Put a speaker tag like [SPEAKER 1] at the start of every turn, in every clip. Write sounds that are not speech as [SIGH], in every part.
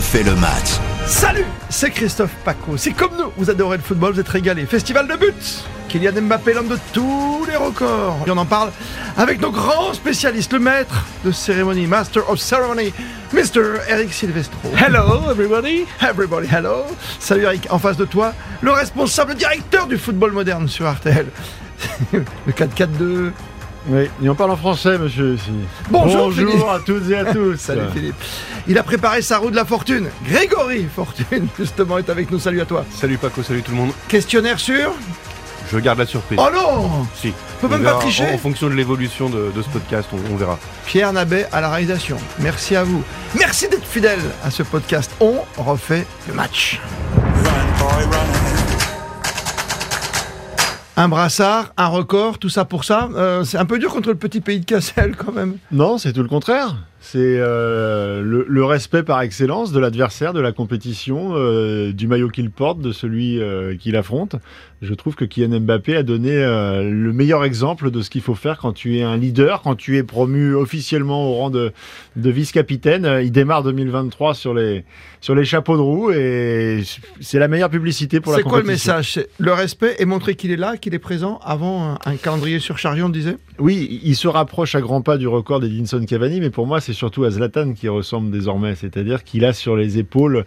[SPEAKER 1] fait le match.
[SPEAKER 2] Salut, c'est Christophe Paco. Si comme nous, vous adorez le football, vous êtes régalés. Festival de buts Kylian Mbappé, l'homme de tous les records. Et on en parle avec nos grands spécialistes, le maître de cérémonie, Master of Ceremony, Mr. Eric Silvestro.
[SPEAKER 3] Hello everybody
[SPEAKER 2] Everybody, hello. Salut Eric, en face de toi, le responsable directeur du football moderne sur RTL. [LAUGHS] le 4-4-2.
[SPEAKER 4] Oui, et on parle en français, monsieur. ici.
[SPEAKER 2] Bonjour, Philippe.
[SPEAKER 4] à toutes et à tous.
[SPEAKER 2] Oh, Salut Philippe. Il a préparé sa roue de la fortune. Grégory Fortune, [LAUGHS] justement, est avec nous. Salut à toi.
[SPEAKER 5] Salut Paco, salut tout le monde.
[SPEAKER 2] Questionnaire sur
[SPEAKER 5] Je garde la surprise.
[SPEAKER 2] Oh non
[SPEAKER 5] si.
[SPEAKER 2] Faut
[SPEAKER 5] On
[SPEAKER 2] même
[SPEAKER 5] verra.
[SPEAKER 2] pas tricher.
[SPEAKER 5] En, en fonction de l'évolution de, de ce podcast, on, on verra.
[SPEAKER 2] Pierre Nabet à la réalisation. Merci à vous. Merci d'être fidèle à ce podcast. On refait le match. Un brassard, un record, tout ça pour ça. Euh, c'est un peu dur contre le petit pays de Cassel quand même.
[SPEAKER 4] [LAUGHS] Non, c'est tout le contraire. C'est euh, le, le respect par excellence de l'adversaire, de la compétition, euh, du maillot qu'il porte, de celui euh, qu'il affronte. Je trouve que Kylian Mbappé a donné euh, le meilleur exemple de ce qu'il faut faire quand tu es un leader, quand tu es promu officiellement au rang de, de vice-capitaine. Euh, Il démarre 2023 sur les, sur les chapeaux de roue et c'est la meilleure publicité pour la
[SPEAKER 2] C'est quoi le
[SPEAKER 4] compétition.
[SPEAKER 2] message C'est Le respect et montrer qu'il est là, qu'il est présent avant un, un calendrier surchargé, on disait.
[SPEAKER 4] Oui, il se rapproche à grands pas du record d'Edinson Cavani, mais pour moi, c'est surtout à Zlatan qui ressemble désormais. C'est-à-dire qu'il a sur les épaules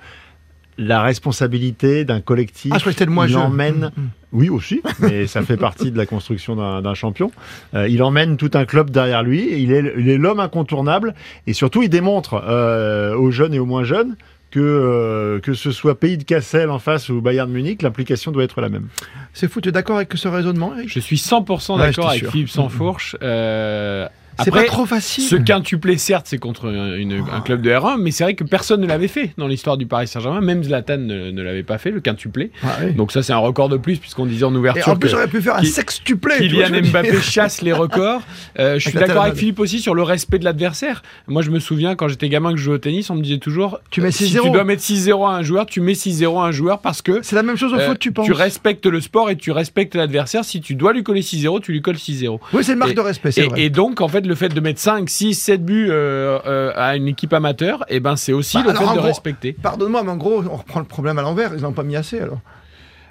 [SPEAKER 4] la responsabilité d'un collectif.
[SPEAKER 2] Ah, je crois que c'était le Mm, Hmm. moi
[SPEAKER 4] il
[SPEAKER 2] je.
[SPEAKER 4] emmène, oui aussi, mais ça fait partie de la construction d'un d'un champion. Euh, il emmène tout un club derrière lui, et il est il est l'homme incontournable, et surtout il démontre euh, aux jeunes et aux moins jeunes que, euh, que ce soit Pays de Cassel en face ou Bayern de Munich, l'implication doit être la même.
[SPEAKER 2] C'est fou, tu es d'accord avec ce raisonnement, Eric
[SPEAKER 3] Je suis 100%
[SPEAKER 2] Ouais, j'étais
[SPEAKER 3] d'accord avec
[SPEAKER 2] sûr.
[SPEAKER 3] Philippe Sansfourche. Euh,
[SPEAKER 2] mm. C'est pas
[SPEAKER 3] après,
[SPEAKER 2] trop facile.
[SPEAKER 3] ce quintuplé, certes, c'est contre un, une- un club de R1, mais c'est vrai que personne ne l'avait fait dans l'histoire du Paris Saint-Germain. Même Zlatan ne, ne l'avait pas fait, le quintuplé.
[SPEAKER 2] Ah, oui.
[SPEAKER 3] Donc ça, c'est un record de plus, puisqu'on disait en
[SPEAKER 2] Et
[SPEAKER 3] ouverture
[SPEAKER 2] en plus,
[SPEAKER 3] que
[SPEAKER 2] j'aurais pu faire un
[SPEAKER 3] Ki-
[SPEAKER 2] sextuplé. tu vois, je veux
[SPEAKER 3] Kylian
[SPEAKER 2] dire.
[SPEAKER 3] Mbappé chasse les records. Euh, je suis
[SPEAKER 2] Avec la
[SPEAKER 3] d'accord avec
[SPEAKER 2] talonnade.
[SPEAKER 3] Philippe aussi sur le respect de l'adversaire. Moi, je me souviens, quand j'étais gamin que je jouais au tennis, on me disait toujours
[SPEAKER 2] Tu mets
[SPEAKER 3] si
[SPEAKER 2] 6-0.
[SPEAKER 3] tu dois mettre 6-0 à un joueur, tu mets 6-0 à un joueur parce que
[SPEAKER 2] C'est la même chose au
[SPEAKER 3] Euh,
[SPEAKER 2] foot, tu penses
[SPEAKER 3] respectes le sport et tu respectes l'adversaire. Si tu dois lui coller 6-0, tu lui colles 6-0.
[SPEAKER 2] Oui, c'est une marque de respect, c'est
[SPEAKER 3] Et,
[SPEAKER 2] vrai.
[SPEAKER 3] et donc, en fait, le fait de mettre 5, 6, 7 buts euh, euh, à une équipe amateur, eh ben, c'est aussi
[SPEAKER 2] Bah,
[SPEAKER 3] le
[SPEAKER 2] alors,
[SPEAKER 3] fait
[SPEAKER 2] en
[SPEAKER 3] de
[SPEAKER 2] gros-
[SPEAKER 3] respecter.
[SPEAKER 2] Pardonne-moi, mais en gros, on reprend le problème à l'envers. Ils n'ont pas mis assez alors.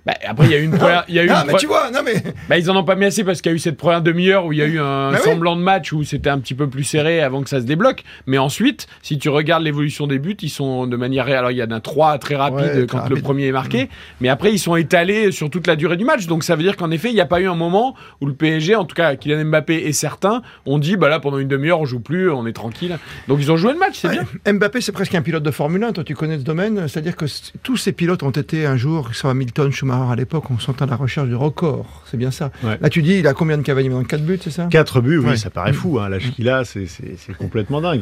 [SPEAKER 3] Bah, après, il
[SPEAKER 2] [LAUGHS]
[SPEAKER 3] y a eu une première. il y a eu
[SPEAKER 2] Ah,
[SPEAKER 3] une
[SPEAKER 2] mais
[SPEAKER 3] pre-
[SPEAKER 2] tu vois, non mais.
[SPEAKER 3] bah, ils en ont pas mis assez parce qu'il y a eu cette première demi-heure où il y a eu
[SPEAKER 2] Bah
[SPEAKER 3] un
[SPEAKER 2] oui.
[SPEAKER 3] semblant de match où c'était un petit peu plus serré avant que ça se débloque. Mais ensuite, si tu regardes l'évolution des buts, ils sont de manière. Alors, il y en a trois très rapides
[SPEAKER 2] Ouais, très Mm.
[SPEAKER 3] quand le
[SPEAKER 2] rapide.
[SPEAKER 3] premier est marqué. Mais après, ils sont étalés sur toute la durée du match. Donc, ça veut dire qu'en effet, il n'y a pas eu un moment où le PSG, en tout cas Kylian Mbappé et certains, ont dit bah là, pendant une demi-heure, on joue plus, on est tranquille. Donc, ils ont joué le match, [LAUGHS] c'est
[SPEAKER 2] Ouais. [LAUGHS]
[SPEAKER 3] bien.
[SPEAKER 2] Mbappé, c'est presque un pilote de Formule 1. Toi, tu connais ce domaine. C'est-à-dire que c- tous ces pilotes ont été un jour, que ce soit Hamilton, Schumacher à l'époque, on s'entend à la recherche du record. C'est bien ça.
[SPEAKER 4] Ouais.
[SPEAKER 2] Là, tu dis, il a combien de Cavani maintenant 4 buts, c'est ça
[SPEAKER 4] 4 buts, oui,
[SPEAKER 2] Ouais. Mm.
[SPEAKER 4] ça paraît fou. Hein, l'âge qu'il a, c'est- c'est c'est
[SPEAKER 2] [LAUGHS]
[SPEAKER 4] complètement dingue.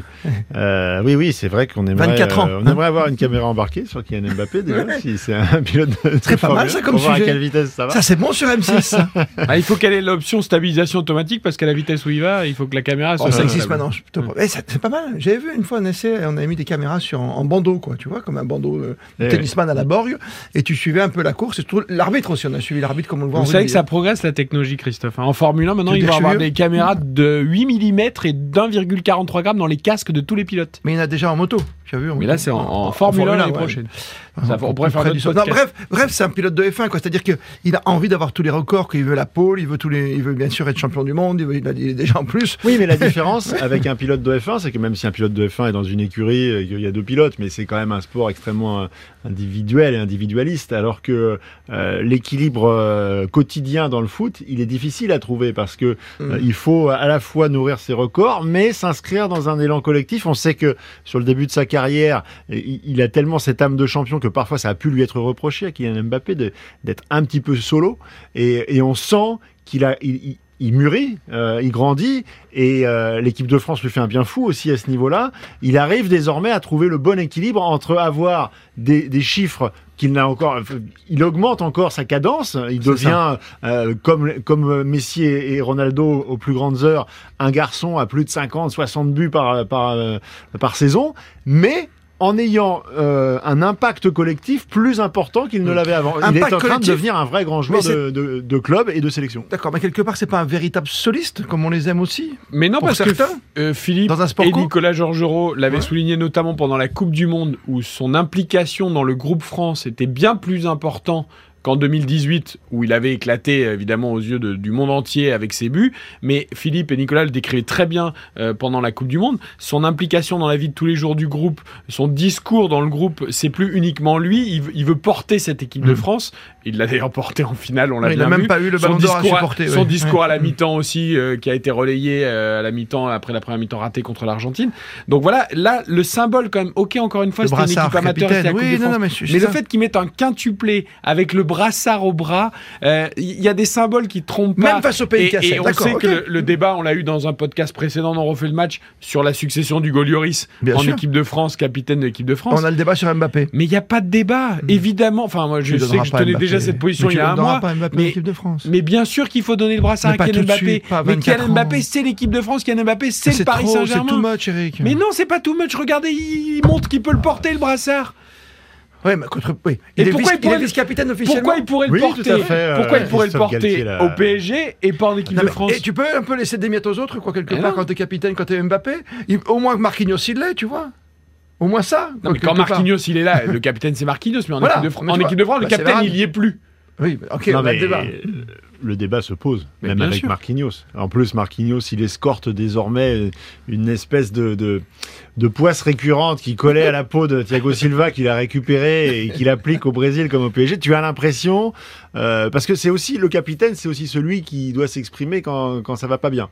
[SPEAKER 4] Euh, oui, oui, c'est vrai qu'on aimerait, euh,
[SPEAKER 2] 24 ans. hein.
[SPEAKER 4] on aimerait avoir une caméra embarquée sur Kylian
[SPEAKER 2] [LAUGHS]
[SPEAKER 4] Mbappé, déjà, si c'est un [LAUGHS] pilote de
[SPEAKER 2] serait
[SPEAKER 4] de
[SPEAKER 2] pas
[SPEAKER 4] Formule
[SPEAKER 2] mal, ça,
[SPEAKER 4] 1,
[SPEAKER 2] comme
[SPEAKER 4] pour voir à
[SPEAKER 2] sujet.
[SPEAKER 4] quelle vitesse ça va.
[SPEAKER 2] Ça, c'est bon sur M6.
[SPEAKER 3] [LAUGHS]
[SPEAKER 2] Ça,
[SPEAKER 3] Ah, il faut qu'elle ait l'option stabilisation automatique parce qu'à la vitesse où il va, il faut que la caméra soit
[SPEAKER 2] Oh, ça
[SPEAKER 3] stable.
[SPEAKER 2] existe maintenant. je te
[SPEAKER 3] Ouais.
[SPEAKER 2] promets. Eh, ça- c'est pas mal. J'avais vu une fois un essai. On avait mis des caméras sur en, en bandeau, quoi. Tu vois, comme un bandeau euh,
[SPEAKER 4] Eh
[SPEAKER 2] tennisman à la Borgue. Et tu suivais un peu la course. Et surtout l'arbitre aussi. On a suivi l'arbitre comme on le voit. en
[SPEAKER 3] Vous savez
[SPEAKER 2] rugby, hein.
[SPEAKER 3] que ça progresse la technologie, Christophe. hein. En Formule 1, maintenant,
[SPEAKER 2] Tu veux
[SPEAKER 3] il
[SPEAKER 2] dire
[SPEAKER 3] va avoir
[SPEAKER 2] cheveux
[SPEAKER 3] des caméras de 8 mm et d'1,43 grammes dans les casques de tous les pilotes.
[SPEAKER 2] Mais il y en a déjà en moto. Tu as vu en
[SPEAKER 3] Mais
[SPEAKER 2] moto.
[SPEAKER 3] là, c'est en, en Formule 1 l'année
[SPEAKER 2] ouais.
[SPEAKER 3] prochaine.
[SPEAKER 2] Ah,
[SPEAKER 3] Ça,
[SPEAKER 2] on
[SPEAKER 3] on
[SPEAKER 2] peut
[SPEAKER 3] pourrait
[SPEAKER 2] plus
[SPEAKER 3] faire
[SPEAKER 2] près
[SPEAKER 3] d'autres
[SPEAKER 2] du sol. Non,
[SPEAKER 3] podcasts.
[SPEAKER 2] bref, bref, c'est un pilote de F1, quoi. C'est-à-dire que il a envie d'avoir tous les records, qu'il veut la pole, il veut tous les, il veut bien sûr être champion du monde, il, veut- il a- il est déjà en plus.
[SPEAKER 4] Oui, mais la différence avec un pilote de F1, c'est que même si un pilote de F1 est dans une écurie, euh, il y a deux pilotes, mais c'est quand même un sport extrêmement euh, individuel et individualiste, alors que euh, l'équilibre euh, quotidien dans le foot, il est difficile à trouver parce que euh, il faut à la fois nourrir ses records, mais s'inscrire dans un élan collectif. On sait que sur le début de sa carrière, il il a tellement cette âme de champion que parfois ça a pu lui être reproché à Kylian Mbappé de- d'être un petit peu solo, et, et on sent qu'il a il, il- il mûrit, euh, il grandit, et euh, l'équipe de France lui fait un bien fou aussi à ce niveau-là. Il arrive désormais à trouver le bon équilibre entre avoir des, des chiffres qu'il n'a encore, il augmente encore sa cadence, il
[SPEAKER 2] C'est
[SPEAKER 4] devient euh, comme comme Messi et, et Ronaldo aux plus grandes heures, un garçon à plus de 50, 60 buts par par euh, par saison, mais en ayant euh, un impact collectif plus important qu'il ne l'avait avant. Il est en
[SPEAKER 2] Mm. Impact
[SPEAKER 4] train
[SPEAKER 2] collectif.
[SPEAKER 4] de devenir un vrai grand joueur
[SPEAKER 2] Mais c'est-
[SPEAKER 4] de, de- de club et de sélection.
[SPEAKER 2] D'accord, mais quelque part, c'est pas un véritable soliste, comme on les aime aussi
[SPEAKER 3] Mais non,
[SPEAKER 2] Pour
[SPEAKER 3] parce que
[SPEAKER 2] certains,
[SPEAKER 3] euh, Philippe
[SPEAKER 2] Dans un sport
[SPEAKER 3] et
[SPEAKER 2] co
[SPEAKER 3] Nicolas Georgerot l'avaient
[SPEAKER 2] Ouais.
[SPEAKER 3] souligné notamment pendant la Coupe du Monde où son implication dans le groupe France était bien plus importante qu'en 2018 où il avait éclaté évidemment aux yeux de- du monde entier avec ses buts. Mais Philippe et Nicolas le décrivaient très bien euh, pendant la Coupe du Monde. Son implication dans la vie de tous les jours du groupe, son discours dans le groupe, c'est plus uniquement lui. Il, veut- il veut porter cette équipe de
[SPEAKER 2] Mhm.
[SPEAKER 3] France. Il l'a d'ailleurs porté en finale, on l'a
[SPEAKER 2] Il
[SPEAKER 3] bien
[SPEAKER 2] n'a
[SPEAKER 3] vu
[SPEAKER 2] même pas eu le
[SPEAKER 3] son
[SPEAKER 2] ballon d'or à
[SPEAKER 3] discours, à,
[SPEAKER 2] supporter.
[SPEAKER 3] son
[SPEAKER 2] ouais.
[SPEAKER 3] discours à la
[SPEAKER 2] Ouais. Mm.
[SPEAKER 3] mi-temps aussi, euh, qui a été relayé euh, à la mi-temps après la première mi-temps ratée contre l'Argentine. Donc voilà, là, le symbole quand même. Ok, encore une fois,
[SPEAKER 2] Le
[SPEAKER 3] c'était une
[SPEAKER 2] brassard,
[SPEAKER 3] équipe amateur, c'était la
[SPEAKER 2] capitaine.
[SPEAKER 3] Coupe
[SPEAKER 2] Oui,
[SPEAKER 3] de
[SPEAKER 2] non,
[SPEAKER 3] France.
[SPEAKER 2] non, mais je- je
[SPEAKER 3] Mais
[SPEAKER 2] sais
[SPEAKER 3] le fait qu'ils mettent un quintuplé avec le brassard au bras, euh, il y a des symboles qui trompent pas.
[SPEAKER 2] Même face au pays
[SPEAKER 3] Et-
[SPEAKER 2] cassé.
[SPEAKER 3] Et, on
[SPEAKER 2] D'accord.
[SPEAKER 3] sait
[SPEAKER 2] ok.
[SPEAKER 3] que le, le débat, on l'a eu dans un podcast précédent, on refait le match sur la succession du Golioris
[SPEAKER 2] Bien
[SPEAKER 3] en
[SPEAKER 2] sûr.
[SPEAKER 3] équipe de France, capitaine de l'équipe de France.
[SPEAKER 2] On a le débat sur Mbappé.
[SPEAKER 3] Mais il n'y a pas de débat, évidemment. Enfin, moi, je
[SPEAKER 2] Tu
[SPEAKER 3] sais
[SPEAKER 2] donneras
[SPEAKER 3] que je
[SPEAKER 2] pas
[SPEAKER 3] tenais
[SPEAKER 2] Mbappé.
[SPEAKER 3] déjà cette position
[SPEAKER 2] Mais
[SPEAKER 3] il y
[SPEAKER 2] tu
[SPEAKER 3] a un
[SPEAKER 2] donneras
[SPEAKER 3] mois.
[SPEAKER 2] pas Mbappé
[SPEAKER 3] mais-
[SPEAKER 2] en équipe de France.
[SPEAKER 3] Mais bien sûr qu'il faut donner le brassard
[SPEAKER 2] Mais pas
[SPEAKER 3] à Kylian
[SPEAKER 2] tout de
[SPEAKER 3] Mbappé.
[SPEAKER 2] suite, pas à
[SPEAKER 3] mais
[SPEAKER 2] 24
[SPEAKER 3] Kylian
[SPEAKER 2] ans.
[SPEAKER 3] Mbappé, c'est l'équipe de France. Kylian Mbappé, c'est le
[SPEAKER 2] C'est
[SPEAKER 3] Paris
[SPEAKER 2] trop, c'est too
[SPEAKER 3] Saint-Germain.
[SPEAKER 2] much, Eric.
[SPEAKER 3] Mais non, c'est pas too much. Regardez, il il montre qu'il peut le porter, le brassard.
[SPEAKER 2] Ouais, mais contre. Oui.
[SPEAKER 3] Et
[SPEAKER 2] Il est
[SPEAKER 3] pourquoi
[SPEAKER 2] vice-
[SPEAKER 3] il pourrait-
[SPEAKER 2] il est vice-capitaine officiellement.
[SPEAKER 3] Pourquoi il pourrait le
[SPEAKER 4] Oui,
[SPEAKER 3] porter
[SPEAKER 4] tout à fait, euh,
[SPEAKER 3] Pourquoi il pourrait le
[SPEAKER 4] Christophe
[SPEAKER 3] porter
[SPEAKER 4] Galtier, là.
[SPEAKER 3] au PSG et pas en équipe
[SPEAKER 2] Non,
[SPEAKER 3] de
[SPEAKER 2] mais-
[SPEAKER 3] France
[SPEAKER 2] Et tu peux un peu laisser des miettes aux autres, quoi, quelque
[SPEAKER 4] Eh
[SPEAKER 3] Mais
[SPEAKER 2] part,
[SPEAKER 3] non.
[SPEAKER 2] quand t'es capitaine, quand t'es Mbappé. Il- Au moins que Marquinhos, il l'est, tu vois. Au moins ça.
[SPEAKER 3] Non,
[SPEAKER 2] quoi,
[SPEAKER 3] mais quand
[SPEAKER 2] Oh, quelque part.
[SPEAKER 3] Marquinhos il est là, le capitaine c'est Marquinhos, mais en
[SPEAKER 2] Voilà,
[SPEAKER 3] équipe de, Fran-
[SPEAKER 2] mais
[SPEAKER 3] en
[SPEAKER 2] tu vois,
[SPEAKER 3] équipe de France, le
[SPEAKER 2] bah, c'est
[SPEAKER 3] capitaine
[SPEAKER 2] Varane.
[SPEAKER 3] il y est plus.
[SPEAKER 2] Oui, bah, ok,
[SPEAKER 4] Non,
[SPEAKER 2] on a
[SPEAKER 4] mais
[SPEAKER 2] le débat.
[SPEAKER 4] euh, le débat se pose,
[SPEAKER 3] Mais
[SPEAKER 4] même
[SPEAKER 3] bien
[SPEAKER 4] avec
[SPEAKER 3] sûr.
[SPEAKER 4] Marquinhos. En plus, Marquinhos, il escorte désormais une espèce de, de, de poisse récurrente qui collait à la peau de Thiago Silva, qu'il a récupéré et qu'il applique au Brésil comme au PSG. Tu as l'impression, euh, parce que c'est aussi le capitaine, c'est aussi celui qui doit s'exprimer quand, quand ça va pas bien.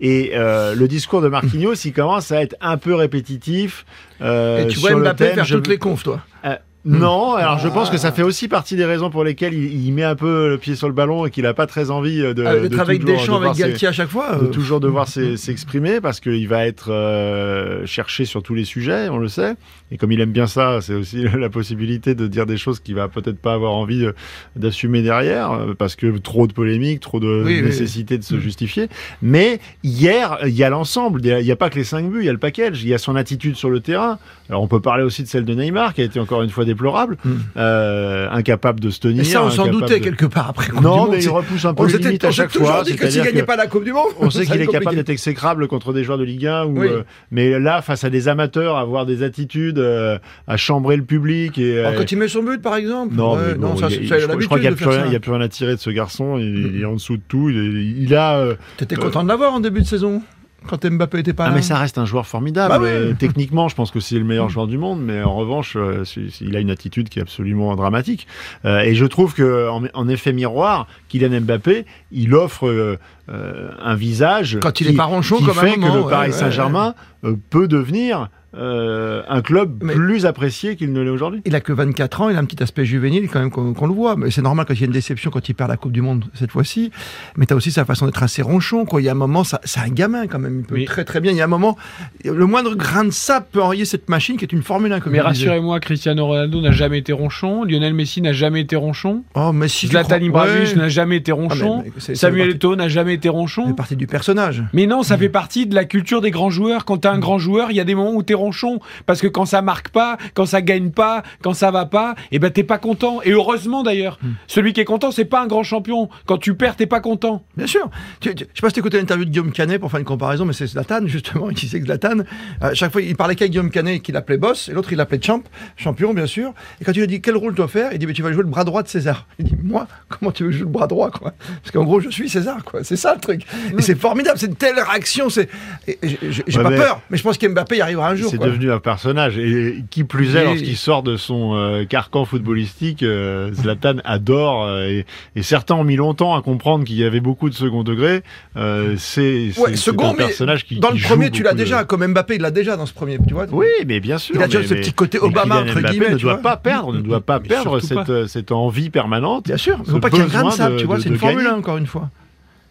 [SPEAKER 4] Et euh, le discours de Marquinhos, il commence à être un peu répétitif. euh,
[SPEAKER 2] Et tu vois
[SPEAKER 4] sur le
[SPEAKER 2] Mbappé
[SPEAKER 4] thème,
[SPEAKER 2] faire
[SPEAKER 4] je-
[SPEAKER 2] toutes les confs, toi.
[SPEAKER 4] euh, non, alors je pense que ça fait aussi partie des raisons pour lesquelles il, il met un peu le pied sur le ballon et qu'il n'a pas très envie euh, de,
[SPEAKER 2] Ah,
[SPEAKER 4] de
[SPEAKER 2] D'être avec
[SPEAKER 4] toujours
[SPEAKER 2] Deschamps,
[SPEAKER 4] devoir
[SPEAKER 2] avec Galtier à chaque fois.
[SPEAKER 4] s'e- de
[SPEAKER 2] euh,
[SPEAKER 4] toujours devoir s'e- s'exprimer parce qu'il va être euh, cherché sur tous les sujets, on le sait. Et comme il aime bien ça, c'est aussi [LAUGHS] la possibilité de dire des choses qu'il va peut-être pas avoir envie de- d'assumer derrière euh, parce que trop de polémiques, trop de
[SPEAKER 2] Oui, Mm. oui,
[SPEAKER 4] nécessité de se justifier. Mais hier, il y a l'ensemble. Il n'y a pas que les 5 buts, il y a le package, il y a son attitude sur le terrain. Alors on peut parler aussi de celle de Neymar qui a été encore une fois déplorable,
[SPEAKER 2] Mm.
[SPEAKER 4] Euh, incapable de se tenir.
[SPEAKER 2] Et ça, on s'en
[SPEAKER 4] incapable
[SPEAKER 2] doutait
[SPEAKER 4] de-
[SPEAKER 2] quelque part après. Coupe du
[SPEAKER 4] Non,
[SPEAKER 2] Monde,
[SPEAKER 4] mais
[SPEAKER 2] c'est-
[SPEAKER 4] il repousse un peu
[SPEAKER 2] on
[SPEAKER 4] les
[SPEAKER 2] s'était
[SPEAKER 4] limites à
[SPEAKER 2] on s'est
[SPEAKER 4] chaque
[SPEAKER 2] toujours
[SPEAKER 4] fois.
[SPEAKER 2] dit que s'il
[SPEAKER 4] c'est-à-dire
[SPEAKER 2] gagnait
[SPEAKER 4] que
[SPEAKER 2] pas la Coupe du Monde,
[SPEAKER 4] On
[SPEAKER 2] ça
[SPEAKER 4] sait qu'il
[SPEAKER 2] allait
[SPEAKER 4] est
[SPEAKER 2] être
[SPEAKER 4] capable
[SPEAKER 2] compliqué.
[SPEAKER 4] d'être exécrable contre des joueurs de Ligue 1, ou,
[SPEAKER 2] Oui.
[SPEAKER 4] euh, mais là, face à des amateurs, avoir des attitudes, euh, à chambrer le public et euh,
[SPEAKER 2] Alors, Quand il met son but, par exemple.
[SPEAKER 4] non,
[SPEAKER 2] ouais,
[SPEAKER 4] mais bon,
[SPEAKER 2] non, ça,
[SPEAKER 4] il y a-
[SPEAKER 2] ça, il a
[SPEAKER 4] je, crois- je
[SPEAKER 2] l'habitude
[SPEAKER 4] crois qu'il
[SPEAKER 2] de faire ça.
[SPEAKER 4] n'y a, plus rien à tirer de ce garçon. Il, il est en dessous de tout. Il, est- il a. euh,
[SPEAKER 2] T'étais content de l'avoir en début de saison quand Mbappé était pas
[SPEAKER 4] Ah,
[SPEAKER 2] là.
[SPEAKER 4] mais ça reste un joueur formidable.
[SPEAKER 2] Bah oui.
[SPEAKER 4] Euh, techniquement, je pense que c'est le
[SPEAKER 2] [LAUGHS]
[SPEAKER 4] meilleur joueur du monde, mais en revanche, euh, c'est- c'est- il a une attitude qui est absolument dramatique. Euh, et je trouve que, en, en effet miroir, Kylian Mbappé, il offre euh, euh, un visage
[SPEAKER 2] Quand il
[SPEAKER 4] qui-
[SPEAKER 2] est pas ronchon,
[SPEAKER 4] qui
[SPEAKER 2] comme
[SPEAKER 4] fait
[SPEAKER 2] un moment,
[SPEAKER 4] que le
[SPEAKER 2] ouais,
[SPEAKER 4] Paris
[SPEAKER 2] ouais,
[SPEAKER 4] Saint-Germain euh, peut devenir euh, un club
[SPEAKER 2] Mais-
[SPEAKER 4] plus apprécié qu'il ne l'est aujourd'hui.
[SPEAKER 2] Il a que 24 ans, il a un petit aspect juvénile quand même qu'on qu'on le voit. Mais c'est normal quand il y a une déception, quand il perd la Coupe du Monde cette fois-ci. Mais t'as aussi sa façon d'être assez ronchon. Quoi. Il y a un moment, ça- c'est un gamin quand même. Il peut
[SPEAKER 3] Mais-
[SPEAKER 2] très très bien. Il y a un moment, le moindre grain de sable peut enrayer cette machine qui est une Formule 1. Comme
[SPEAKER 3] Mais
[SPEAKER 2] il disait.
[SPEAKER 3] rassurez-moi, Cristiano Ronaldo n'a jamais été ronchon, Lionel Messi n'a jamais été ronchon,
[SPEAKER 2] Oh, mais si tu
[SPEAKER 3] Zlatan
[SPEAKER 2] crois-
[SPEAKER 3] Ibrahimovic
[SPEAKER 2] Ouais.
[SPEAKER 3] n'a jamais été
[SPEAKER 2] Ah, mais-
[SPEAKER 3] ronchon,
[SPEAKER 2] mais c'est- ça fait
[SPEAKER 3] Samuel
[SPEAKER 2] partie-
[SPEAKER 3] Eto'o n'a jamais été
[SPEAKER 2] ça fait
[SPEAKER 3] ronchon.
[SPEAKER 2] partie du personnage.
[SPEAKER 3] Mais non, ça fait partie de la culture des grands joueurs. Quand t'es
[SPEAKER 2] Hmm.
[SPEAKER 3] un grand joueur, il y a des moments où t'es ronchon. Parce que quand ça marque pas, quand ça gagne pas, quand ça va pas, eh ben t'es pas content. Et heureusement d'ailleurs.
[SPEAKER 2] Hmm.
[SPEAKER 3] Celui qui est content, c'est pas un grand champion. Quand tu perds, t'es pas content.
[SPEAKER 2] Bien sûr. Tu- tu- je sais pas si t'écoutais l'interview de Guillaume Canet pour faire une comparaison, mais c'est Zlatan, justement, [LAUGHS] il disait que Zlatan, euh, chaque fois, il parlait qu'à Guillaume Canet, qu'il appelait boss, et l'autre, il l'appelait champ, champion, bien sûr. Et quand il lui a dit quel rôle tu dois faire, il dit, mais tu vas jouer le bras droit de César. Il dit, moi, comment tu veux que je joue le bras droit, quoi? Parce qu'en gros, je suis César, quoi. C'est ça, le truc. Et c'est formidable, c'est une telle réaction, c'est, et- et j'ai- j'ai j'ai
[SPEAKER 4] Ouais,
[SPEAKER 2] pas
[SPEAKER 4] mais-
[SPEAKER 2] peur, mais je pense qu'Mbappé y arrivera un jour,
[SPEAKER 4] C'est
[SPEAKER 2] quoi.
[SPEAKER 4] devenu un personnage. Et qui plus est,
[SPEAKER 2] Et-
[SPEAKER 4] lorsqu'il sort de son euh, carcan footballistique, euh, Zlatan adore. euh, et, et certains ont mis longtemps à comprendre qu'il y avait beaucoup de second degré. Euh, c'est c'est-
[SPEAKER 2] Ouais,
[SPEAKER 4] c'est
[SPEAKER 2] second,
[SPEAKER 4] un
[SPEAKER 2] mais
[SPEAKER 4] personnage qui.
[SPEAKER 2] Dans
[SPEAKER 4] qui
[SPEAKER 2] le
[SPEAKER 4] joue
[SPEAKER 2] premier, tu l'as
[SPEAKER 4] beaucoup de-
[SPEAKER 2] déjà, comme Mbappé, il l'a déjà dans ce premier, tu vois.
[SPEAKER 4] Oui, mais bien sûr.
[SPEAKER 2] Il a
[SPEAKER 4] mais-
[SPEAKER 2] déjà ce
[SPEAKER 4] mais-
[SPEAKER 2] petit côté
[SPEAKER 4] mais
[SPEAKER 2] Obama,
[SPEAKER 4] Kylian
[SPEAKER 2] entre
[SPEAKER 4] Mbappé
[SPEAKER 2] guillemets.
[SPEAKER 4] ne
[SPEAKER 2] tu
[SPEAKER 4] doit
[SPEAKER 2] vois.
[SPEAKER 4] pas perdre, ne doit pas
[SPEAKER 3] Mais
[SPEAKER 4] perdre
[SPEAKER 3] surtout
[SPEAKER 4] cette, euh, cette envie permanente.
[SPEAKER 2] Bien sûr,
[SPEAKER 4] ce
[SPEAKER 2] faut pas qu'il y ait un grain de
[SPEAKER 4] besoin
[SPEAKER 2] sable,
[SPEAKER 4] de-
[SPEAKER 2] tu vois,
[SPEAKER 4] de-
[SPEAKER 2] c'est une
[SPEAKER 4] de
[SPEAKER 2] Formule
[SPEAKER 4] gagner.
[SPEAKER 2] 1, encore une fois.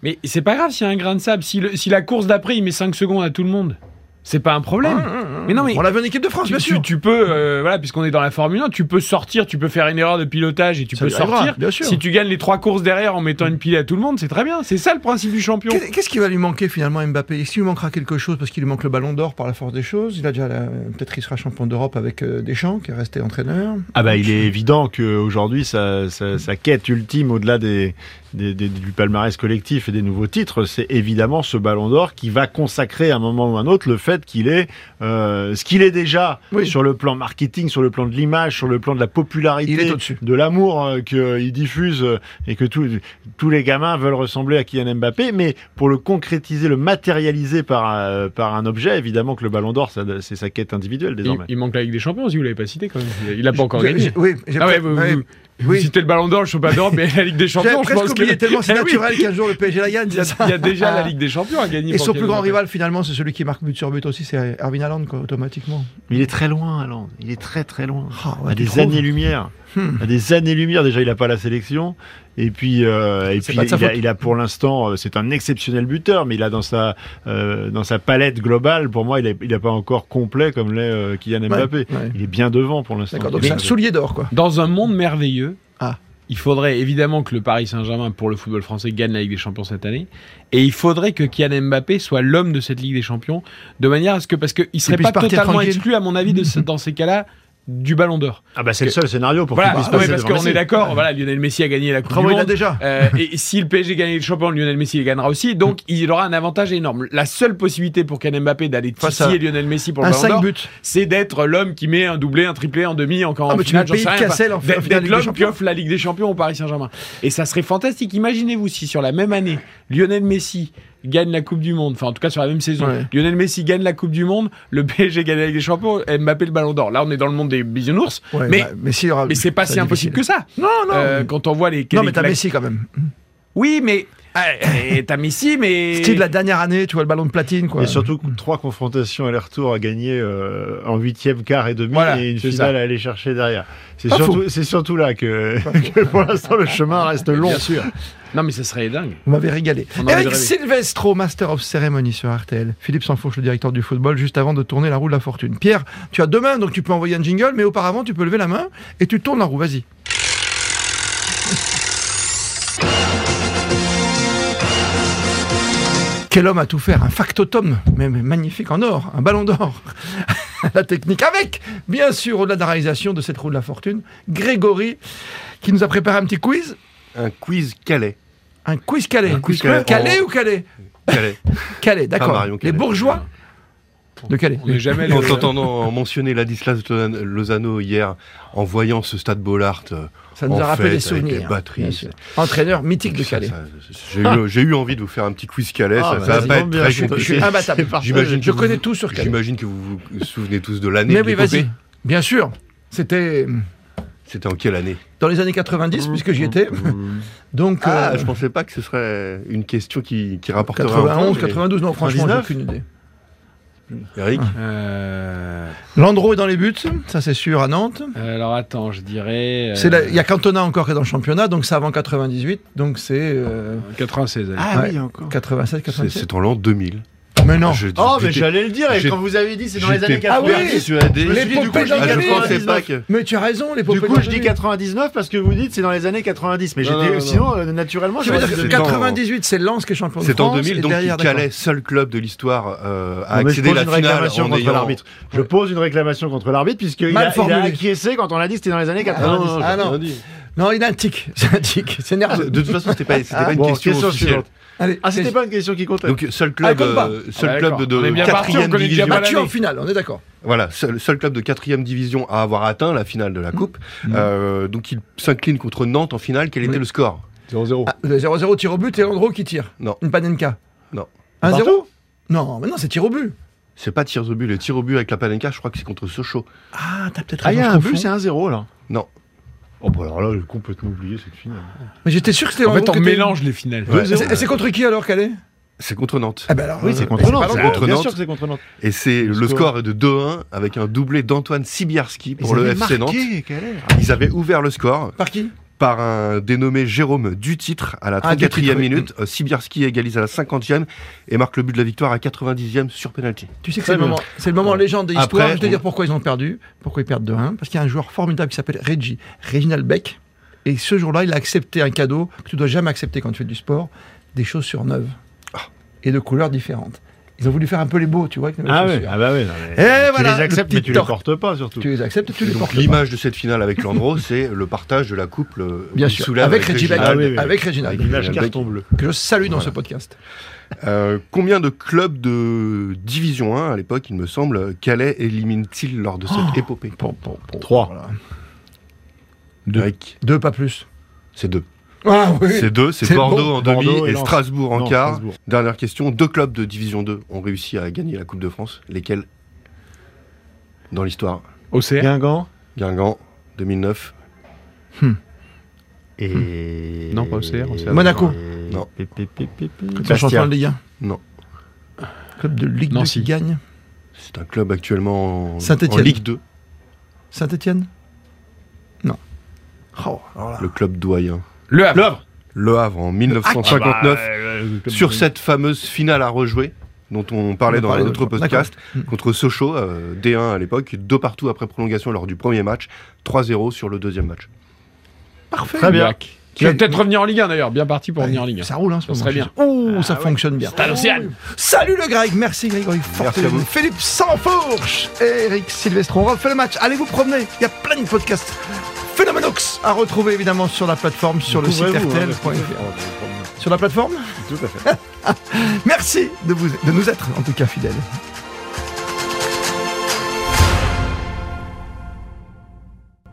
[SPEAKER 3] Mais c'est pas grave s'il y a un grain de sable. Si, le- si la course d'après, il met 5 secondes à tout le monde, c'est pas un problème.
[SPEAKER 2] Hum, hum, hum.
[SPEAKER 3] Mais non, mais-
[SPEAKER 2] On l'a vu en équipe de France,
[SPEAKER 3] Tu,
[SPEAKER 2] bien
[SPEAKER 3] tu-
[SPEAKER 2] sûr.
[SPEAKER 3] tu peux, euh, voilà, puisqu'on est dans la Formule 1, tu peux sortir, tu peux faire une erreur de pilotage et tu
[SPEAKER 2] Ça
[SPEAKER 3] peux
[SPEAKER 2] lui arrivera,
[SPEAKER 3] sortir.
[SPEAKER 2] bien sûr.
[SPEAKER 3] Si tu gagnes les trois courses derrière en mettant une pilée à tout le monde, c'est très bien. C'est ça le principe du champion.
[SPEAKER 2] Qu'est- Qu'est-ce qui va lui manquer finalement à Mbappé Est-ce qu'il lui manquera quelque chose parce qu'il lui manque le ballon d'or par la force des choses Il a déjà la- peut-être il sera champion d'Europe avec euh, Deschamps qui est resté entraîneur.
[SPEAKER 4] Ah bah, il est évident qu'aujourd'hui, sa, sa, sa quête ultime, au-delà des, des- des- du palmarès collectif et des nouveaux titres, c'est évidemment ce ballon d'or qui va consacrer à un moment ou un autre le fait qu'il est euh, ce qu'il est déjà
[SPEAKER 2] Oui.
[SPEAKER 4] sur le plan marketing, sur le plan de l'image, sur le plan de la popularité,
[SPEAKER 2] Il est au-dessus.
[SPEAKER 4] de l'amour euh, qu'il diffuse euh, et que tous- tous les gamins veulent ressembler à Kylian Mbappé. Mais pour le concrétiser, le matérialiser par, euh, par un objet, évidemment que le ballon d'or, ça- c'est sa quête individuelle
[SPEAKER 3] Il,
[SPEAKER 4] désormais.
[SPEAKER 3] il manque la Ligue des Champions, si vous l'avez pas cité quand même. Il- Il a pas encore
[SPEAKER 2] J'ai-
[SPEAKER 3] gagné.
[SPEAKER 2] j'ai- Oui, j'ai
[SPEAKER 3] Ah ouais,
[SPEAKER 2] pre-
[SPEAKER 3] vous,
[SPEAKER 2] ouais,
[SPEAKER 3] vous-
[SPEAKER 2] oui.
[SPEAKER 3] vous citez le Ballon d'Or, le Champion d'Or, mais la Ligue des
[SPEAKER 2] J'avais
[SPEAKER 3] Champions, je
[SPEAKER 2] presque
[SPEAKER 3] pense que
[SPEAKER 2] oublié tellement c'est
[SPEAKER 3] [LAUGHS] Eh oui.
[SPEAKER 2] naturel qu'un jour le PSG la gagne.
[SPEAKER 3] [LAUGHS] il y, a, il y a déjà la Ligue des Champions à gagner.
[SPEAKER 2] Ah. Et
[SPEAKER 3] pour
[SPEAKER 2] son plus
[SPEAKER 3] Kylian
[SPEAKER 2] grand
[SPEAKER 3] Mbappé.
[SPEAKER 2] rival finalement, c'est celui qui marque but sur but aussi, c'est Erwin Haaland quoi, automatiquement.
[SPEAKER 4] Mais il est très loin, Alain. Il est très très loin.
[SPEAKER 2] Ah ouais,
[SPEAKER 4] à
[SPEAKER 2] tu
[SPEAKER 4] des
[SPEAKER 2] trouves
[SPEAKER 4] années-lumière.
[SPEAKER 2] Hmm.
[SPEAKER 4] À des années-lumière. Déjà, il n'a pas la sélection. Et puis, euh, et
[SPEAKER 3] C'est
[SPEAKER 4] puis
[SPEAKER 3] pas de sa
[SPEAKER 4] il, a,
[SPEAKER 3] faute.
[SPEAKER 4] il a pour l'instant, euh, c'est un exceptionnel buteur, mais il a dans sa, euh, dans sa palette globale, pour moi, il n'est il a pas encore complet comme l'est euh, Kylian Mbappé.
[SPEAKER 2] ouais.
[SPEAKER 4] Il est bien devant pour l'instant.
[SPEAKER 2] D'accord, donc
[SPEAKER 4] Mais-
[SPEAKER 2] c'est un soulier d'or quoi.
[SPEAKER 3] Dans un monde merveilleux,
[SPEAKER 2] Ah.
[SPEAKER 3] il faudrait évidemment que le Paris Saint-Germain, pour le football français, gagne la Ligue des Champions cette année. Et il faudrait que Kylian Mbappé soit l'homme de cette Ligue des Champions, de manière à ce que. Parce qu'il ne serait
[SPEAKER 2] puisse
[SPEAKER 3] pas
[SPEAKER 2] partir
[SPEAKER 3] totalement
[SPEAKER 2] tranquille.
[SPEAKER 3] exclu, à mon avis, de ce- dans ces cas-là, du Ballon d'or.
[SPEAKER 4] Ah bah c'est le seul scénario pour
[SPEAKER 3] Voilà,
[SPEAKER 4] qu'il puisse
[SPEAKER 3] ouais,
[SPEAKER 4] passer
[SPEAKER 3] parce
[SPEAKER 4] devant
[SPEAKER 3] qu'on est
[SPEAKER 4] Messi.
[SPEAKER 3] d'accord, voilà, Lionel Messi a gagné la Coupe du
[SPEAKER 2] Bravo, il a
[SPEAKER 3] Monde.
[SPEAKER 2] déjà.
[SPEAKER 3] Euh, et si le PSG gagne le champion, Lionel Messi le gagnera aussi. Donc,
[SPEAKER 2] Mm.
[SPEAKER 3] il aura un avantage énorme. La seule possibilité pour Kylian Mbappé d'aller
[SPEAKER 2] Face à
[SPEAKER 3] titiller Lionel Messi pour le
[SPEAKER 2] Un
[SPEAKER 3] Ballon
[SPEAKER 2] 5
[SPEAKER 3] d'or,
[SPEAKER 2] buts.
[SPEAKER 3] c'est d'être l'homme qui met un doublé, un triplé, un demi, encore
[SPEAKER 2] Ah,
[SPEAKER 3] en
[SPEAKER 2] mais tu
[SPEAKER 3] finale,
[SPEAKER 2] mets
[SPEAKER 3] j'en
[SPEAKER 2] Pays
[SPEAKER 3] sais
[SPEAKER 2] de
[SPEAKER 3] rien.
[SPEAKER 2] Cassel en
[SPEAKER 3] D'être-
[SPEAKER 2] finale
[SPEAKER 3] D'être
[SPEAKER 2] Ligue des
[SPEAKER 3] l'homme qui
[SPEAKER 2] Champions.
[SPEAKER 3] offre la Ligue des Champions au Paris Saint-Germain. Et ça serait fantastique. Imaginez-vous si sur la même année, Lionel Messi gagne la Coupe du Monde, enfin en tout cas sur la même saison,
[SPEAKER 2] Ouais.
[SPEAKER 3] Lionel Messi gagne la Coupe du Monde, le PSG gagne la Ligue des Champions, et Mbappé le Ballon d'Or. Là, on est dans le monde des bisounours,
[SPEAKER 2] Ouais,
[SPEAKER 3] mais-
[SPEAKER 2] bah, Messi, il y aura-
[SPEAKER 3] mais c'est pas
[SPEAKER 2] ça
[SPEAKER 3] si
[SPEAKER 2] va être
[SPEAKER 3] impossible que
[SPEAKER 2] difficile.
[SPEAKER 3] ça.
[SPEAKER 2] Non, non.
[SPEAKER 3] Euh, quand on voit les
[SPEAKER 2] non,
[SPEAKER 3] les-
[SPEAKER 2] mais t'as
[SPEAKER 3] la-
[SPEAKER 2] Messi quand même.
[SPEAKER 3] oui, mais ah, et t'as Messi,
[SPEAKER 4] [LAUGHS]
[SPEAKER 3] mais
[SPEAKER 2] Style la dernière année, tu vois le ballon de platine quoi.
[SPEAKER 4] Et surtout trois confrontations aller-retour à gagner euh, en huitième, quart et demi
[SPEAKER 3] Voilà,
[SPEAKER 4] et une
[SPEAKER 3] c'est
[SPEAKER 4] finale
[SPEAKER 3] ça.
[SPEAKER 4] à aller chercher derrière. C'est
[SPEAKER 2] Pas
[SPEAKER 4] surtout, c'est surtout là que, [LAUGHS] que pour l'instant le chemin reste long.
[SPEAKER 3] bien sûr. Non, mais ça serait dingue.
[SPEAKER 2] Vous m'avez régalé.
[SPEAKER 3] On en avait
[SPEAKER 2] Eric
[SPEAKER 3] rêvé.
[SPEAKER 2] Silvestro, Master of Ceremony sur RTL. Philippe Sanfourche, le directeur du football, juste avant de tourner la roue de la fortune. Pierre, tu as deux mains, donc tu peux envoyer un jingle, mais auparavant, tu peux lever la main et tu tournes la roue. Vas-y. [LAUGHS] Quel homme à tout faire Un factotum, mais, mais magnifique en or, un ballon d'or. [LAUGHS] la technique avec, bien sûr, au-delà de la réalisation de cette roue de la fortune, Grégory, qui nous a préparé un petit quiz.
[SPEAKER 5] Un quiz Calais.
[SPEAKER 2] Un quiz calais.
[SPEAKER 5] Un quiz Calais.
[SPEAKER 2] Calais
[SPEAKER 5] En-
[SPEAKER 2] ou calais
[SPEAKER 5] [LAUGHS] Calais.
[SPEAKER 2] Calais, d'accord.
[SPEAKER 5] Marion
[SPEAKER 2] Les
[SPEAKER 5] Calais.
[SPEAKER 2] bourgeois de Calais.
[SPEAKER 3] On n'est jamais allé
[SPEAKER 5] En
[SPEAKER 3] au-
[SPEAKER 5] t'entendant mentionner Ladislas Lo- Lozano hier, en voyant ce stade Bollard, euh,
[SPEAKER 2] Ça nous
[SPEAKER 5] en
[SPEAKER 2] a rappelé des
[SPEAKER 5] fait, avec
[SPEAKER 2] souvenirs. hein,
[SPEAKER 5] les batteries,
[SPEAKER 2] bien sûr. Entraîneur mythique de
[SPEAKER 5] ça,
[SPEAKER 2] Calais. Ah.
[SPEAKER 5] ça, j'ai eu, j'ai eu envie de vous faire un petit quiz Calais.
[SPEAKER 4] Ah, bah,
[SPEAKER 5] ça ça
[SPEAKER 4] ça
[SPEAKER 5] va pas
[SPEAKER 4] tombe
[SPEAKER 5] être
[SPEAKER 4] bien, je
[SPEAKER 5] très
[SPEAKER 4] suis-
[SPEAKER 2] Je
[SPEAKER 5] compliqué.
[SPEAKER 2] suis imbattable.
[SPEAKER 5] [LAUGHS] J'imagine
[SPEAKER 2] Je
[SPEAKER 5] que
[SPEAKER 2] connais
[SPEAKER 5] vous-
[SPEAKER 2] tout sur Calais.
[SPEAKER 5] J'imagine que vous vous souvenez tous de l'année.
[SPEAKER 2] Mais
[SPEAKER 5] de
[SPEAKER 2] oui,
[SPEAKER 5] l'épopée.
[SPEAKER 2] vas-y. Bien sûr. C'était
[SPEAKER 5] C'était en quelle année
[SPEAKER 2] dans les années 90, puisque j'y
[SPEAKER 5] [LAUGHS]
[SPEAKER 2] étais. Donc,
[SPEAKER 5] Ah,
[SPEAKER 2] euh,
[SPEAKER 5] je pensais pas que ce serait une question qui, qui rapporterait un point,
[SPEAKER 2] 91,
[SPEAKER 5] mais-
[SPEAKER 2] 92, non, franchement, j'ai
[SPEAKER 4] 99.
[SPEAKER 2] aucune idée.
[SPEAKER 5] Eric,
[SPEAKER 3] Euh,
[SPEAKER 2] Landreau est dans les buts, ça c'est sûr, à Nantes.
[SPEAKER 5] Euh.
[SPEAKER 3] alors attends, je dirais. euh,
[SPEAKER 2] C'est la- Il y a Cantona encore qui est dans le championnat, donc c'est avant 98, donc c'est euh,
[SPEAKER 3] 96. allez.
[SPEAKER 4] Ah
[SPEAKER 2] Ouais.
[SPEAKER 4] oui, encore.
[SPEAKER 2] 87,
[SPEAKER 5] c'est
[SPEAKER 2] 97.
[SPEAKER 5] c'est en l'an 2000.
[SPEAKER 2] Mais non,
[SPEAKER 5] Je-
[SPEAKER 4] Oh, mais
[SPEAKER 5] j'étais-
[SPEAKER 4] j'allais le dire, et
[SPEAKER 5] j'ai-
[SPEAKER 4] quand vous avez dit c'est dans les
[SPEAKER 5] j'étais
[SPEAKER 4] années
[SPEAKER 2] Ah oui,
[SPEAKER 4] 90,
[SPEAKER 5] persuadé.
[SPEAKER 4] je me suis dit, du coup,
[SPEAKER 2] L'épopée
[SPEAKER 4] je
[SPEAKER 2] d'un
[SPEAKER 5] Ah, je
[SPEAKER 2] Calais.
[SPEAKER 5] pensais pas que.
[SPEAKER 2] mais tu as raison, les
[SPEAKER 4] du
[SPEAKER 2] popées
[SPEAKER 4] coup, je dis
[SPEAKER 2] d'Angers.
[SPEAKER 4] 99 parce que vous dites c'est dans les années 90, mais
[SPEAKER 5] Non, non,
[SPEAKER 4] j'étais
[SPEAKER 5] non,
[SPEAKER 4] sinon euh, naturellement.
[SPEAKER 2] Tu Oh, veux
[SPEAKER 4] j'aurais
[SPEAKER 2] dire
[SPEAKER 4] dit
[SPEAKER 2] que
[SPEAKER 5] c'est en-
[SPEAKER 2] 98, c'est Lens qui est champion de
[SPEAKER 5] C'est en
[SPEAKER 2] France. et
[SPEAKER 5] 2000, donc
[SPEAKER 2] derrière, d'accord.
[SPEAKER 5] Calais, seul club de l'histoire euh,
[SPEAKER 4] Non,
[SPEAKER 5] à
[SPEAKER 4] mais je
[SPEAKER 5] accéder à
[SPEAKER 4] pose
[SPEAKER 5] la
[SPEAKER 4] une
[SPEAKER 5] finale
[SPEAKER 4] réclamation
[SPEAKER 5] en
[SPEAKER 4] contre
[SPEAKER 5] ayant
[SPEAKER 4] l'arbitre. Je pose une réclamation contre l'arbitre puisqu'il
[SPEAKER 2] Mal
[SPEAKER 4] a, il a
[SPEAKER 2] formulé.
[SPEAKER 4] acquiescé quand on a dit que c'était dans les années 90.
[SPEAKER 2] non, Ah, non. Non, il a un tic. [LAUGHS] C'est un tic. C'est nerveux.
[SPEAKER 5] Ah, De toute façon, c'était pas, c'était pas une
[SPEAKER 4] Bon,
[SPEAKER 5] question, officielle.
[SPEAKER 4] suivante.
[SPEAKER 2] Allez,
[SPEAKER 4] Ah, c'était
[SPEAKER 2] c'est-
[SPEAKER 4] pas une question qui comptait.
[SPEAKER 5] Donc
[SPEAKER 2] Ah,
[SPEAKER 5] seul
[SPEAKER 2] elle
[SPEAKER 5] club,
[SPEAKER 2] compte pas.
[SPEAKER 5] euh,
[SPEAKER 3] Ah,
[SPEAKER 5] seul
[SPEAKER 3] d'accord.
[SPEAKER 5] club
[SPEAKER 3] On
[SPEAKER 5] de
[SPEAKER 3] est bien parti, on
[SPEAKER 5] quatrième
[SPEAKER 3] connaît déjà
[SPEAKER 5] division.
[SPEAKER 3] pas
[SPEAKER 2] battu
[SPEAKER 3] l'année.
[SPEAKER 2] en finale, on est d'accord.
[SPEAKER 5] Voilà, seul, seul club de quatrième division à avoir atteint la finale de la coupe. Euh, donc il s'incline contre Nantes en finale. Quel était
[SPEAKER 2] Oui.
[SPEAKER 5] le score
[SPEAKER 3] 0-0.
[SPEAKER 2] Ah, le 0-0 tir au but et Landreau qui tire.
[SPEAKER 5] Non.
[SPEAKER 2] Une panenka.
[SPEAKER 5] Non.
[SPEAKER 2] 1-0 Non, mais non, c'est tir au but.
[SPEAKER 5] C'est pas tirs au but, le tir au but avec la Panenka. Je crois que c'est contre Sochaux.
[SPEAKER 2] Ah, t'as peut-être
[SPEAKER 4] Ah, il y
[SPEAKER 2] raison.
[SPEAKER 4] a
[SPEAKER 2] je
[SPEAKER 4] un
[SPEAKER 2] confonds.
[SPEAKER 4] but, c'est un 0 là.
[SPEAKER 5] Non.
[SPEAKER 4] Oh, bah alors là, j'ai complètement oublié cette finale.
[SPEAKER 2] Mais j'étais sûr que c'était
[SPEAKER 3] En fait,
[SPEAKER 2] Landreau qui
[SPEAKER 3] on
[SPEAKER 2] était-
[SPEAKER 3] mélange les finales.
[SPEAKER 5] Ouais.
[SPEAKER 2] Et c'est- et c'est contre qui alors, Calais
[SPEAKER 5] C'est contre Nantes.
[SPEAKER 2] Ah, ben alors.
[SPEAKER 4] Oui,
[SPEAKER 2] euh,
[SPEAKER 4] c'est
[SPEAKER 2] mais
[SPEAKER 4] contre
[SPEAKER 2] pas
[SPEAKER 4] Nantes.
[SPEAKER 2] Landreau.
[SPEAKER 5] c'est contre
[SPEAKER 4] Bien
[SPEAKER 5] Nantes.
[SPEAKER 4] sûr que c'est contre Nantes.
[SPEAKER 5] Et c'est le
[SPEAKER 4] score.
[SPEAKER 5] score est de 2-1 avec un doublé d'Antoine Sibierski pour
[SPEAKER 4] Ils
[SPEAKER 5] le
[SPEAKER 4] avaient
[SPEAKER 5] FC Nantes.
[SPEAKER 4] marqué, Calais.
[SPEAKER 5] Ils avaient ouvert le score
[SPEAKER 2] Par qui
[SPEAKER 5] par un dénommé Jérôme Dutitre à la
[SPEAKER 2] Ah,
[SPEAKER 5] 34e
[SPEAKER 2] Dutitre, oui.
[SPEAKER 5] minute. Euh, Sibierski égalise à la 50e et marque le but de la victoire à 90e sur penalty.
[SPEAKER 2] Tu sais que
[SPEAKER 4] Très
[SPEAKER 2] c'est le
[SPEAKER 4] bien.
[SPEAKER 2] moment, c'est le moment
[SPEAKER 5] Ouais.
[SPEAKER 2] légende de l'histoire.
[SPEAKER 5] Après,
[SPEAKER 2] Je vais te
[SPEAKER 5] on-
[SPEAKER 2] dire pourquoi ils ont perdu, pourquoi ils perdent de 1. Parce qu'il y a un joueur formidable qui s'appelle Reggie, Reginald Beck. Et ce jour-là, il a accepté un cadeau que tu dois jamais accepter quand tu fais du sport, des chaussures neuves
[SPEAKER 5] Ah.
[SPEAKER 2] et de couleurs différentes. Ils ont voulu faire un peu les beaux, tu vois, avec les
[SPEAKER 4] Ah ouais,
[SPEAKER 2] chaussures.
[SPEAKER 4] ah bah ouais. non, mais
[SPEAKER 2] Eh
[SPEAKER 4] tu
[SPEAKER 2] voilà,
[SPEAKER 4] les acceptes,
[SPEAKER 2] le
[SPEAKER 4] mais
[SPEAKER 2] petit
[SPEAKER 4] tu
[SPEAKER 2] tort.
[SPEAKER 4] les portes pas surtout.
[SPEAKER 2] Tu les acceptes, tu les
[SPEAKER 5] Donc
[SPEAKER 2] portes.
[SPEAKER 5] l'image de cette finale avec Landreau, [LAUGHS] c'est le partage de la coupe euh, le-
[SPEAKER 2] Bien
[SPEAKER 5] qui
[SPEAKER 2] sûr,
[SPEAKER 5] soulève
[SPEAKER 2] avec Reggie Beck,
[SPEAKER 5] Reginald.
[SPEAKER 4] Ah oui, oui.
[SPEAKER 2] avec Reginald,
[SPEAKER 5] Avec
[SPEAKER 4] L'image
[SPEAKER 5] Reginald Beck.
[SPEAKER 4] carton bleu.
[SPEAKER 2] que je salue dans
[SPEAKER 5] Voilà.
[SPEAKER 2] ce podcast.
[SPEAKER 5] Euh, combien de clubs de Division 1 à l'époque, il me semble, Calais élimine-t-il lors de cette épopée
[SPEAKER 4] Trois.
[SPEAKER 2] Voilà.
[SPEAKER 5] Eric,
[SPEAKER 2] Deux, pas plus.
[SPEAKER 5] C'est deux.
[SPEAKER 2] Ah oui.
[SPEAKER 5] C'est deux, c'est
[SPEAKER 2] C'est
[SPEAKER 5] Bordeaux
[SPEAKER 4] bon.
[SPEAKER 5] en demi
[SPEAKER 4] Bordeaux et
[SPEAKER 5] et
[SPEAKER 4] Lens.
[SPEAKER 5] Strasbourg en
[SPEAKER 4] Non,
[SPEAKER 5] quart.
[SPEAKER 4] Strasbourg.
[SPEAKER 5] Dernière question, deux clubs de Division 2 ont réussi à gagner la Coupe de France. Lesquels dans l'histoire
[SPEAKER 3] OCR
[SPEAKER 4] Guingamp
[SPEAKER 5] Guingamp, 2009.
[SPEAKER 2] Hmm.
[SPEAKER 4] et.
[SPEAKER 3] Non, pas OCR, OCR.
[SPEAKER 2] Monaco.
[SPEAKER 5] Non.
[SPEAKER 4] Pé, pé, pé, pé, pé.
[SPEAKER 2] Ils sont champions
[SPEAKER 4] Bastia.
[SPEAKER 2] de Ligue 1.
[SPEAKER 5] Ah Non.
[SPEAKER 2] Club de Ligue 2
[SPEAKER 3] Nancy.
[SPEAKER 2] qui gagne.
[SPEAKER 5] C'est un club actuellement en,
[SPEAKER 2] Hmm. Saint-Étienne.
[SPEAKER 5] en Ligue 2,
[SPEAKER 2] Saint-Etienne Non. Oh, alors là.
[SPEAKER 5] le club doyen.
[SPEAKER 3] Le Havre.
[SPEAKER 4] Le Havre.
[SPEAKER 5] Le Havre en
[SPEAKER 4] Ah bah,
[SPEAKER 5] 1959,
[SPEAKER 4] euh, comme-
[SPEAKER 5] sur cette fameuse finale à rejouer dont on parlait
[SPEAKER 2] On
[SPEAKER 5] dans
[SPEAKER 2] parlait
[SPEAKER 5] notre
[SPEAKER 2] d'autres-
[SPEAKER 5] podcast,
[SPEAKER 2] d'accord. Hmm.
[SPEAKER 5] contre Sochaux, euh, D1 à l'époque, deux partout après prolongation lors du premier match, 3-0 sur le deuxième match.
[SPEAKER 2] Parfait.
[SPEAKER 4] Très bien.
[SPEAKER 3] Black. Qui va peut-être revenir en Ligue 1 d'ailleurs, bien parti pour revenir en Ligue 1.
[SPEAKER 2] Ça roule, hein, ce
[SPEAKER 3] Ça serait bien.
[SPEAKER 2] Oh, ça fonctionne bien.
[SPEAKER 3] Stade Océane.
[SPEAKER 2] Salut le Greg, merci Grégory Fortune,
[SPEAKER 5] à vous.
[SPEAKER 2] Philippe Sansfourche, Eric Silvestron, refait le match, allez vous promener, il y a plein de podcasts Phénoménox à retrouver évidemment sur la plateforme, sur le site
[SPEAKER 4] Couvrez-vous, hein, parce
[SPEAKER 2] RTL.fr.
[SPEAKER 4] que-
[SPEAKER 2] Sur la plateforme
[SPEAKER 4] Tout à fait.
[SPEAKER 2] Merci de, vous, de nous être en tout cas fidèles.